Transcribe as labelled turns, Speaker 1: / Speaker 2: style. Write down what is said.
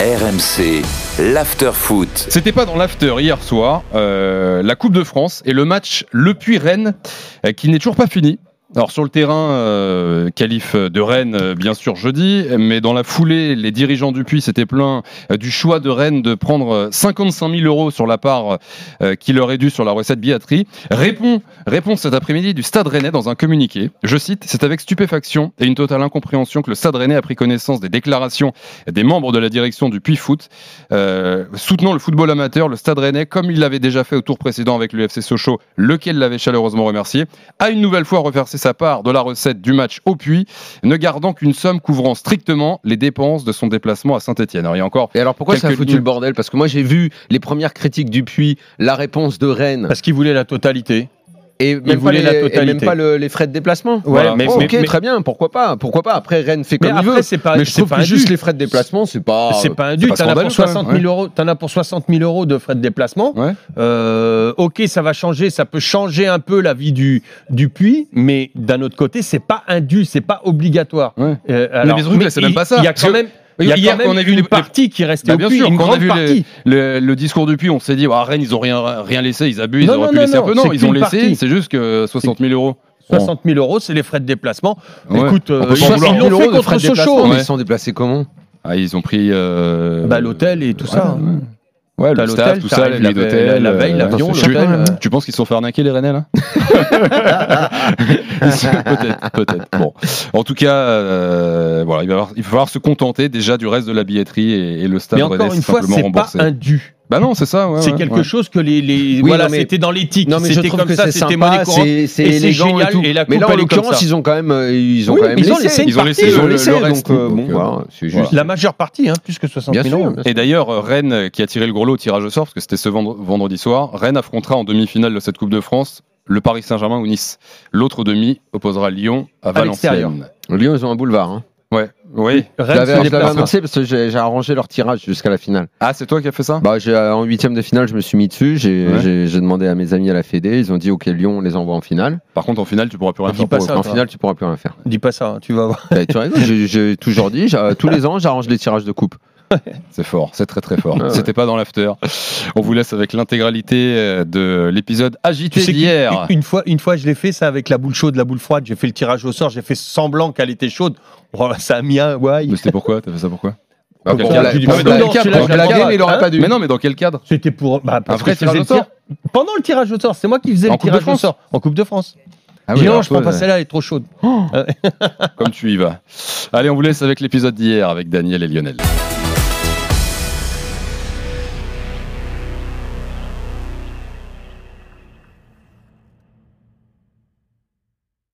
Speaker 1: RMC, l'after-foot.
Speaker 2: C'était pas dans l'after hier soir, euh, la Coupe de France et le match Le Puy-Rennes euh, qui n'est toujours pas fini. Alors sur le terrain, euh, calife de Rennes, euh, bien sûr jeudi, mais dans la foulée, les dirigeants du Puy s'étaient plaints euh, du choix de Rennes de prendre euh, 55 000 euros sur la part euh, qui leur est due sur la recette billetterie. Répond, réponse cet après-midi du Stade Rennais dans un communiqué. Je cite, c'est avec stupéfaction et une totale incompréhension que le Stade Rennais a pris connaissance des déclarations des membres de la direction du Puy Foot. Euh, soutenant le football amateur, le Stade Rennais, comme il l'avait déjà fait au tour précédent avec le FC Sochaux, lequel l'avait chaleureusement remercié, a une nouvelle fois reversé sa part de la recette du match au puits, ne gardant qu'une somme couvrant strictement les dépenses de son déplacement à Saint-Etienne. Alors il y a encore
Speaker 3: Et alors pourquoi ça a
Speaker 2: Quelques
Speaker 3: foutu
Speaker 2: nuls.
Speaker 3: le bordel Parce que moi j'ai vu les premières critiques du puits, la réponse de Rennes
Speaker 4: Parce qu'il voulait la totalité.
Speaker 3: et même pas,
Speaker 4: voulait
Speaker 3: les,
Speaker 4: la
Speaker 3: et même
Speaker 4: totalité.
Speaker 3: pas le- les frais de déplacement.
Speaker 4: Voilà.
Speaker 3: Oh, ok, très bien, pourquoi pas Pourquoi pas Après Rennes fait
Speaker 4: mais
Speaker 3: comme il
Speaker 4: après,
Speaker 3: veut.
Speaker 4: c'est pas,
Speaker 3: mais je
Speaker 4: c'est
Speaker 3: trouve
Speaker 4: pas
Speaker 3: que
Speaker 4: injuste.
Speaker 3: juste les frais de déplacement, c'est pas.
Speaker 4: C'est pas indu,
Speaker 2: Ah, c'est pas
Speaker 4: t'en as, pour
Speaker 2: scandaleux, quand
Speaker 4: 60
Speaker 2: même,
Speaker 4: 000 euros- t'en as pour 60 000 euros de frais de déplacement.
Speaker 2: Ouais.
Speaker 4: Euh, ok, ça va changer, ça peut changer un peu la vie du, du puits, mais d'un autre côté, c'est pas indu, c'est pas obligatoire.
Speaker 2: Ouais.
Speaker 4: Euh,
Speaker 2: mais ce truc-là, c'est même
Speaker 4: il-
Speaker 2: pas ça.
Speaker 4: Il y a
Speaker 2: Parce
Speaker 4: quand
Speaker 2: que
Speaker 4: même, il y a
Speaker 2: Hier,
Speaker 4: quand même
Speaker 2: on a vu
Speaker 4: une
Speaker 2: les- les-
Speaker 4: partie qui restait
Speaker 2: Bah,
Speaker 4: au
Speaker 2: bien
Speaker 4: puits,
Speaker 2: sûr,
Speaker 4: une
Speaker 2: quand on a
Speaker 4: grande
Speaker 2: vu les-
Speaker 4: partie.
Speaker 2: le, le discours du puits, on s'est dit, ah, Rennes, ils ont rien, rien laissé, ils abusent,
Speaker 4: Non,
Speaker 2: ils auraient
Speaker 4: non,
Speaker 2: pu
Speaker 4: non,
Speaker 2: laisser un
Speaker 4: non,
Speaker 2: peu. Non,
Speaker 4: c'est
Speaker 2: ils ont
Speaker 4: qu'une
Speaker 2: laissé,
Speaker 4: partie.
Speaker 2: c'est juste que 60 000 euros.
Speaker 4: 60 000 euros, c'est les frais de déplacement.
Speaker 2: Ouais.
Speaker 4: Écoute, euh,
Speaker 2: On peut
Speaker 4: ils
Speaker 2: pas
Speaker 4: l'ont
Speaker 2: vouloir.
Speaker 4: fait contre Sochaux.
Speaker 3: Mais
Speaker 2: Ouais.
Speaker 3: ils sont déplacés comment
Speaker 2: Ah, ils ont pris. euh,
Speaker 4: Bah, l'hôtel et tout ça, hein.
Speaker 2: Ouais,
Speaker 4: T'as
Speaker 2: le staff,
Speaker 4: l'hôtel,
Speaker 2: tout ça,
Speaker 4: t'arrives
Speaker 2: la
Speaker 4: la
Speaker 2: nuit
Speaker 4: veille-
Speaker 2: d'hôtel.
Speaker 4: la veille,
Speaker 2: euh,
Speaker 4: l'avion,
Speaker 2: tu-
Speaker 4: l'hôtel, euh.
Speaker 2: Tu penses qu'ils se sont fait arnaquer, les Rennais, là Ils sont- Peut-être, peut-être. Bon. En tout cas, euh, voilà, il va, falloir, il va falloir se contenter déjà du reste de la billetterie et, et le stade
Speaker 4: Mais
Speaker 2: Rennais,
Speaker 4: encore
Speaker 2: c'est
Speaker 4: une fois,
Speaker 2: simplement
Speaker 4: c'est pas
Speaker 2: remboursé.
Speaker 4: indu.
Speaker 2: Bah non, c'est ça, ouais.
Speaker 4: c'est
Speaker 2: ouais,
Speaker 4: quelque
Speaker 2: ouais.
Speaker 4: chose que les, les-
Speaker 3: Oui,
Speaker 4: voilà,
Speaker 3: non, mais-
Speaker 4: c'était dans l'éthique.
Speaker 3: Non mais je
Speaker 4: C'était
Speaker 3: trouve
Speaker 4: comme
Speaker 3: que
Speaker 4: ça,
Speaker 3: c'est
Speaker 4: c'était
Speaker 3: sympa,
Speaker 4: monnaie courante.
Speaker 3: c'est c'est
Speaker 4: et c'est
Speaker 3: élégant et
Speaker 4: génial,
Speaker 3: tout.
Speaker 4: et la
Speaker 3: Mais là
Speaker 4: coupe,
Speaker 3: en
Speaker 4: elle est comme
Speaker 3: l'occurrence
Speaker 4: ça.
Speaker 3: ils ont quand même euh, ils ont
Speaker 4: Oui,
Speaker 3: quand même
Speaker 4: mais ils ont
Speaker 3: laissé.
Speaker 4: laissé
Speaker 2: Ils ont laissé
Speaker 3: Ils ont
Speaker 2: le-
Speaker 3: laissé,
Speaker 2: le reste,
Speaker 3: donc euh,
Speaker 2: donc,
Speaker 3: bon
Speaker 2: euh,
Speaker 3: voilà, c'est
Speaker 2: voilà.
Speaker 3: juste.
Speaker 4: La majeure partie, hein, plus que 60
Speaker 3: Bien
Speaker 4: 000
Speaker 3: sûr.
Speaker 4: euros.
Speaker 2: Et d'ailleurs, euh, Rennes euh, qui a tiré le gros lot au tirage au sort, parce que c'était ce vendre- vendredi soir, Rennes affrontera en demi-finale de cette Coupe de France le Paris Saint-Germain ou Nice. L'autre demi opposera Lyon à
Speaker 4: l'extérieur.
Speaker 2: Valenciennes.
Speaker 3: Lyon ils ont un boulevard. hein.
Speaker 2: Ouais, oui.
Speaker 3: Je
Speaker 4: Rennes se
Speaker 3: l'avais je l'avais
Speaker 4: déplace.
Speaker 3: annoncé parce que j'ai j'ai arrangé leur tirage jusqu'à la finale.
Speaker 2: Ah, c'est toi qui as fait ça
Speaker 3: Bah, j'ai- euh, en huitième de finale, je me suis mis dessus. J'ai
Speaker 2: Ouais.
Speaker 3: j'ai- j'ai demandé à mes amis à la Fédé. Ils ont dit OK, Lyon, on les envoie en finale.
Speaker 2: Par contre, en finale, tu pourras plus rien
Speaker 4: Dis
Speaker 2: faire.
Speaker 4: pas
Speaker 2: pour eux.
Speaker 4: ça,
Speaker 3: en
Speaker 4: toi.
Speaker 3: finale, tu pourras plus rien faire.
Speaker 4: Dis pas ça, hein, tu vas voir.
Speaker 3: Bah, tu rigoles, j'ai- J'ai toujours dit, j'ai- tous les ans, j'arrange les tirages de coupe.
Speaker 2: C'est fort, c'est très très fort.
Speaker 3: Ah ouais.
Speaker 2: C'était pas dans l'after. On vous laisse avec l'intégralité euh, de l'épisode
Speaker 4: Tu
Speaker 2: agité
Speaker 4: sais
Speaker 2: d'hier.
Speaker 3: Ah.
Speaker 4: qu'une- Une fois, une fois, je l'ai fait ça avec la boule chaude, la boule froide. J'ai fait le tirage au sort, j'ai fait semblant qu'elle était chaude. Oh, ça a mis un ouais.
Speaker 2: Mais c'était pourquoi T'as fait ça pourquoi
Speaker 3: Bah,
Speaker 2: Dans
Speaker 3: pour
Speaker 2: quel
Speaker 3: bla-
Speaker 2: cadre
Speaker 3: pour
Speaker 2: Mais
Speaker 3: blaguer,
Speaker 2: dans quel cadre
Speaker 3: pour blaguer, mais il aurait
Speaker 4: Hein
Speaker 3: pas dû.
Speaker 2: Mais non, mais dans quel cadre
Speaker 4: C'était pour bah, parce
Speaker 2: vrai
Speaker 4: que je faisais
Speaker 2: tirage au
Speaker 4: le tir- pendant le tirage au sort. C'est moi qui faisais
Speaker 2: En
Speaker 4: le
Speaker 2: Coupe de
Speaker 4: tirage au
Speaker 2: France
Speaker 4: sort en Coupe de France.
Speaker 2: Ah
Speaker 4: Dis
Speaker 2: oui,
Speaker 4: non,
Speaker 2: alors,
Speaker 4: je prends
Speaker 2: toi,
Speaker 4: pas celle-là, elle est trop chaude.
Speaker 2: Comme tu y vas. Allez, on vous laisse avec l'épisode d'hier avec Daniel et Lionel.